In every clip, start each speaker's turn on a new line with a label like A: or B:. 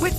A: With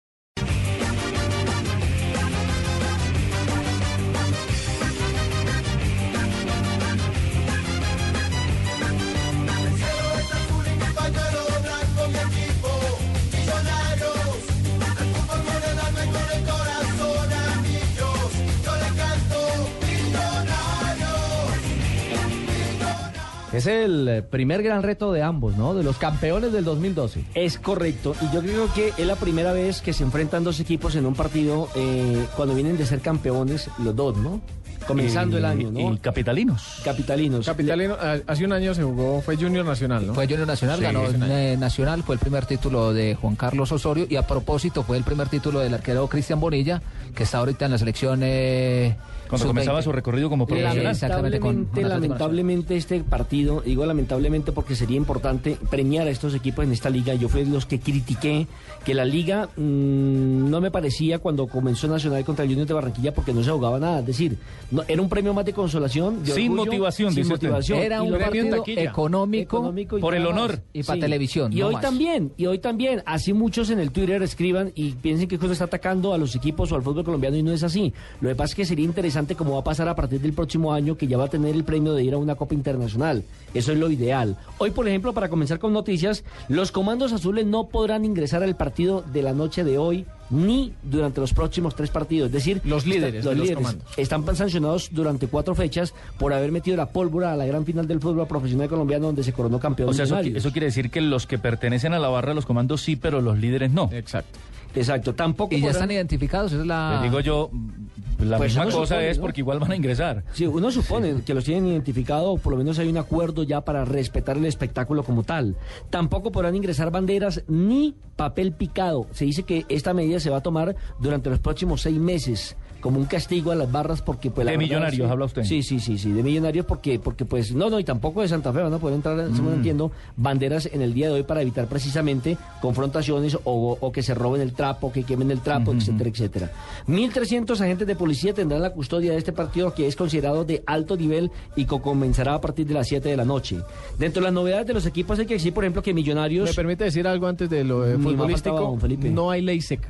B: Es el eh, primer gran reto de ambos, ¿no? De los campeones del 2012.
C: Es correcto, y yo creo que es la primera vez que se enfrentan dos equipos en un partido eh, cuando vienen de ser campeones los dos, ¿no? Comenzando el año, ¿no?
D: Y capitalinos.
C: Capitalinos.
E: Capitalino, a- ah, hace un año se jugó, fue Junior Nacional, ¿no?
F: Fue Junior Nacional,
E: Sí,
F: ganó
E: ese año.
F: eh, Nacional, fue el primer título de Juan Carlos Osorio y a propósito fue el primer título del arquero Cristian Bonilla, que está ahorita en la selección. eh,
D: Cuando
F: sub-20.
D: comenzaba su recorrido como profesional.
F: Sí, exactamente, con- con
C: Lamentablemente,
F: Atlético Nacional.
C: lamentablemente este partido, digo lamentablemente porque sería importante premiar a estos equipos en esta liga. Yo fui de los que critiqué que la liga mm, no me parecía cuando comenzó Nacional contra el Junior de Barranquilla porque no se jugaba nada. Es decir, no- era un premio más de consolación. de
D: Sin
C: orgullo,
D: motivación,
C: sin
D: dice usted.
C: motivación.
F: Era
C: Y
F: un
C: lo-
F: partido económico,
C: económico y
D: por el
C: nada
D: honor.
C: más.
F: Y pa' televisión,
C: Y
F: no
C: hoy
F: más.
C: también, y hoy también, así muchos en el Twitter escriban y piensen que esto está atacando a los equipos o al fútbol colombiano y no es así. Lo que pasa es que sería interesante cómo va a pasar a partir del próximo año que ya va a tener el premio de ir a una Copa Internacional. Eso es lo ideal. Hoy, por ejemplo, para comenzar con noticias, los comandos azules no podrán ingresar al partido de la noche de hoy ni durante los próximos tres partidos. Es decir,
E: Los líderes
C: los
E: de los
C: líderes
E: comandos.
C: están sancionados durante cuatro fechas por haber metido la pólvora a la gran final del fútbol profesional colombiano donde se coronó campeón.
D: O sea, eso, qui-
C: Millonarios.
D: eso quiere decir que los que pertenecen a la barra de los comandos sí, pero los líderes no.
E: Exacto.
C: Exacto, tampoco.
F: Y ya
C: podrán-
F: están identificados, esa es la.
D: Les digo yo, mm, la
C: Pues
D: misma
C: uno
D: cosa
C: supone,
D: es
C: ¿no?
D: porque igual van a ingresar.
C: Sí, uno supone que los tienen identificado, o por lo menos hay un acuerdo ya para respetar el espectáculo como tal. Tampoco podrán ingresar banderas ni papel picado. Se dice que esta medida se va a tomar durante los próximos seis meses como un castigo a las barras porque pues la
D: De
C: verdad,
D: millonarios,
C: sí.
D: habla usted.
C: Sí, sí, sí, sí, de millonarios porque porque pues no, no, y tampoco de Santa Fe van a poder entrar, según entiendo, banderas en el día de hoy para evitar precisamente confrontaciones o, o que se roben el trapo, que quemen el trapo, etcétera, etcétera. 1300 agentes de policía tendrán la custodia de este partido que es considerado de alto nivel y que comenzará a partir de las 7 de la noche. Dentro de las novedades de los equipos hay que decir, por ejemplo, que
E: ¿Me
C: Millonarios
E: permite decir algo antes de lo de
C: Ni más
E: futbolístico?
C: faltaba, don Felipe.
E: No hay ley seca.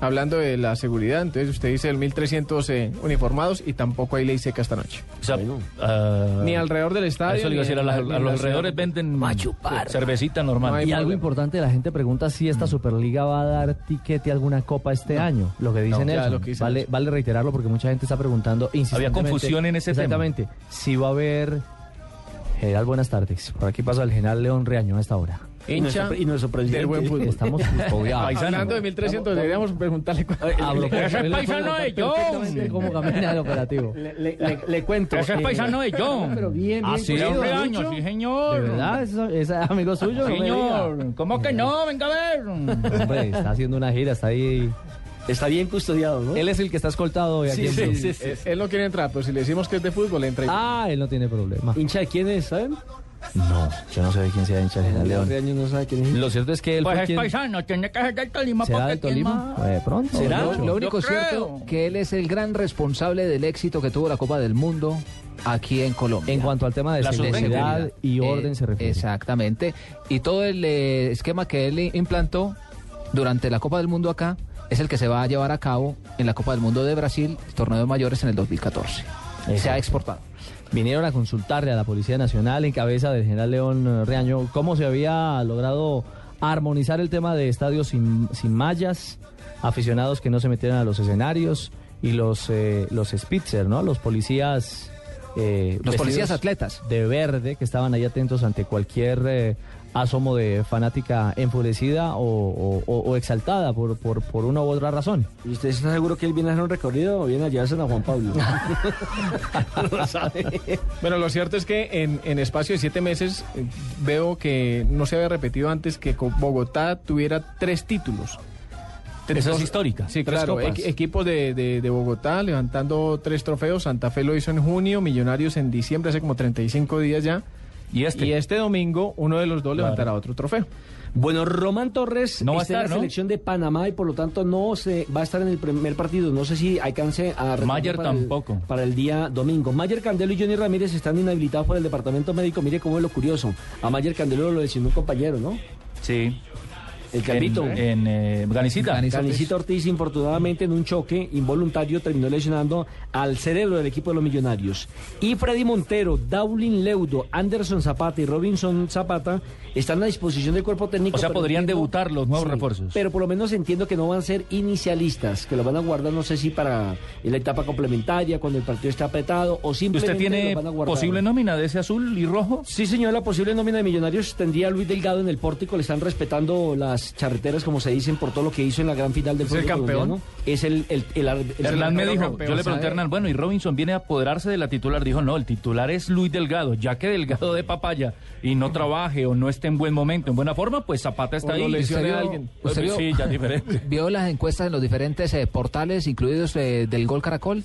E: Hablando de la seguridad, entonces usted dice el 1300 eh, uniformados y tampoco hay ley seca esta noche.
D: O sea,
C: Bueno.
D: ah,
E: Ni alrededor del estadio.
D: Eso le iba a
E: ni
D: decir, a,
E: en
D: la-
E: la-
D: a
E: ni en
D: los
E: la
D: alrededores
E: ciudad.
D: venden
F: Va a chupar.
D: sí, cervecita normal.
E: No hay
G: Y algo
E: problema.
G: importante, la gente pregunta si esta Superliga va a dar tiquete a alguna copa este año. Lo que dicen
E: No, ya
G: es,
E: lo que dice
G: vale,
E: Nelson.
G: vale reiterarlo porque mucha gente está preguntando insistentemente.
D: confusión en ese tema.
G: Exactamente. Si va a haber... General, buenas tardes. Por aquí pasa el general León Reaño a esta hora.
C: y nuestro-
E: hincha
C: y nuestro presidente.
E: del buen fútbol.
G: Estamos obviados.
D: Paisano.
E: Hablando de 1300, deberíamos preguntarle cuál-
G: A propósito, él le puede
D: paisano
G: contar
D: de John.
G: perfectamente ¿Cómo camina el operativo?
C: le, le- le- le cuento.
D: Ese es
C: eh,
D: paisano de John.
G: Pero bien, bien.
D: Ah, sí,
G: cogido,
D: hombre, años,
G: Lucho.
D: sí, señor.
G: ¿De verdad? ¿Es, es amigo suyo? No me diga.
D: Señor, ¿cómo que no? Venga a ver.
G: Hombre, está haciendo una gira, está ahí.
C: Está bien custodiado, ¿no?
G: Él es el que está escoltado hoy aquí. en Blue.
E: Él- Él no quiere entrar, pero si le decimos que es de fútbol, entra.
G: Ah, él no tiene problema.
C: ¿Hincha de quién es, saben?
G: No, yo no sé de quién sea hincha de General León.
C: Reaño no sabe quién es.
G: Lo cierto es que él
D: Pues
G: fue
D: es
G: quien-
D: paisano, tiene que ser del Tolima
G: ¿Será
D: porque
G: del
D: ¿quién
G: Tolima?
D: más?
G: Eh, pronto.
F: ¿Será?
G: Lucho.
F: Lo único
D: Yo
F: cierto
D: creo.
F: que él es el gran responsable del éxito que tuvo la Copa del Mundo aquí en Colombia.
G: En cuanto al tema de
D: La sub-veinte.
G: seguridad y
F: Eh,
G: orden se refiere.
F: Exactamente. Y todo el eh, esquema que él implantó durante la Copa del Mundo acá es el que se va a llevar a cabo en la Copa del Mundo de Brasil, torneo de mayores en el 2014. Se ha
G: Exacto.
F: exportado.
G: Vinieron a consultarle a la Policía Nacional en cabeza del general León eh, Reaño cómo se había logrado mm, armonizar el tema de estadios sin, sin mallas, aficionados que no se metieran a los escenarios y los, eh, los Spitzer, ¿no? Los policías... eh,
F: Los
G: vestidos
F: policías atletas.
G: De verde que estaban ahí atentos ante cualquier eh, asomo de fanática enfurecida o, o- o- o exaltada por, por, por una u otra razón.
C: ¿Y usted está seguro que él viene a hacer un recorrido o viene a llevarse a Juan Pablo? no lo sabe.
E: Bueno, lo cierto es que en, en espacio de siete meses eh, veo que no se había repetido antes que co- Bogotá tuviera tres títulos.
D: Esa es histórica.
E: Sí,
D: Tres
E: claro.
D: copas.
E: equ- equipos de, de- de Bogotá levantando tres trofeos. Santa Fe lo hizo en junio, Millonarios en diciembre, hace como 35 días ya.
D: Y este.
E: Y este domingo uno de los dos levantará otro trofeo.
C: Bueno, Román Torres
D: No va a
C: está en
D: estar,
C: la
D: ¿no?
C: selección de Panamá y por lo tanto no se va a estar en el primer partido. No sé si alcance a retornar
D: Mayer
C: para el-
D: tampoco.
C: para el día domingo. Mayer Candelo y Johnny Ramírez están inhabilitados por el departamento médico. Mire cómo es lo curioso. A Mayer Candelo lo lesionó un compañero, ¿no?
D: Sí.
C: El Capito.
D: En, en eh, Ganicita.
C: Canicita Ortiz, infortunadamente, en un choque involuntario terminó lesionando al cerebro del equipo de los Millonarios. Y Freddy Montero, Daulin Leudo, Anderson Zapata y Robinson Zapata están a disposición del cuerpo técnico.
D: O sea,
C: pero
D: podrían debutar los nuevos refuerzos.
C: Pero por lo menos entiendo que no van a ser inicialistas, que lo van a guardar, no sé si para la etapa complementaria, cuando el partido está apretado, o simplemente
D: ¿Usted tiene
C: los van a guardar.
D: posible nómina de ese azul y rojo?
C: Sí, señor, la posible nómina de Millonarios tendría a Luis Delgado en el pórtico. Le están respetando las charreteras, como se dicen, por todo lo que hizo en la gran final del
E: ¿Es el
C: fútbol
E: campeón?
C: colombiano. Es el, el, el, ar- es el
D: Hernán me
C: arquero
D: dijo,
C: campeón.
D: yo le pregunté
C: ¿Sabe?
D: a Hernán, bueno, y Robinson viene a apoderarse de la titular. Dijo, no, el titular es Luis Delgado, ya que Delgado de papaya y no trabaje o no esté en buen momento, en buena forma, pues Zapata está
E: O lo
D: ahí.
E: lesione
D: ¿Usted vio-
E: a alguien.
D: Pues,
F: ¿Usted vio?
D: sí, ya es diferente.
F: ¿Vio las encuestas en los diferentes eh, portales, incluidos eh, del Gol Caracol?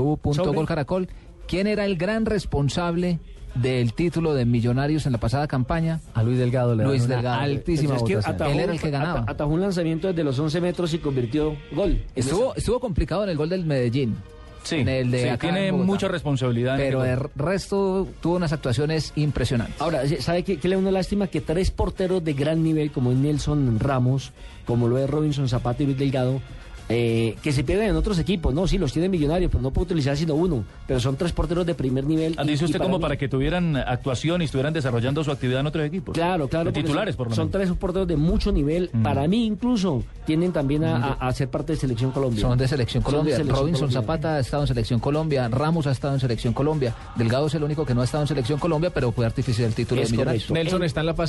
F: www.golcaracol. ¿Quién era el gran responsable del título de Millonarios en la pasada campaña?
G: A Luis Delgado le dan
F: Luis
G: una
F: Delgado.
G: altísima
C: Es que
G: votación.
C: atajó-
F: Él era el que ganaba.
C: ata- Atajó un lanzamiento desde los 11 metros y convirtió gol.
F: Estuvo, estuvo complicado en el gol del Medellín.
D: Sí,
F: en el de
D: sí,
F: acá
D: tiene
F: en Bogotá.
D: mucha responsabilidad. en
F: Pero
D: el-
F: el resto tuvo unas actuaciones impresionantes.
C: Ahora, ¿sabe qué, qué le da una lástima? Que tres porteros de gran nivel, como es Nelson Ramos, como lo es Robinson Zapata y Luis Delgado, eh, que se pierden en otros equipos, ¿no? Sí, los tienen millonarios, pero no puede utilizar sino uno. Pero son tres porteros de primer nivel.
D: Ah,
C: y-
D: Dice
C: y
D: usted como
C: mí-
D: para que tuvieran actuación y estuvieran desarrollando su actividad en otros equipos.
C: Claro, claro.
D: De
C: porque
D: titulares,
C: son,
D: por lo
C: Son
D: menos.
C: tres porteros de mucho nivel. Para mí, incluso, tienen también a, a- a ser parte de Selección Colombia.
F: Son de Selección
C: Son de
F: Colombia.
C: Selección
F: Robinson
C: Colombia.
F: Zapata ha estado en Selección Colombia. Ramos ha estado en Selección Colombia. Delgado es el único que no ha estado en Selección Colombia, pero fue artífice del título
C: Es
F: de Millonarios.
C: correcto.
E: Nelson está en la fase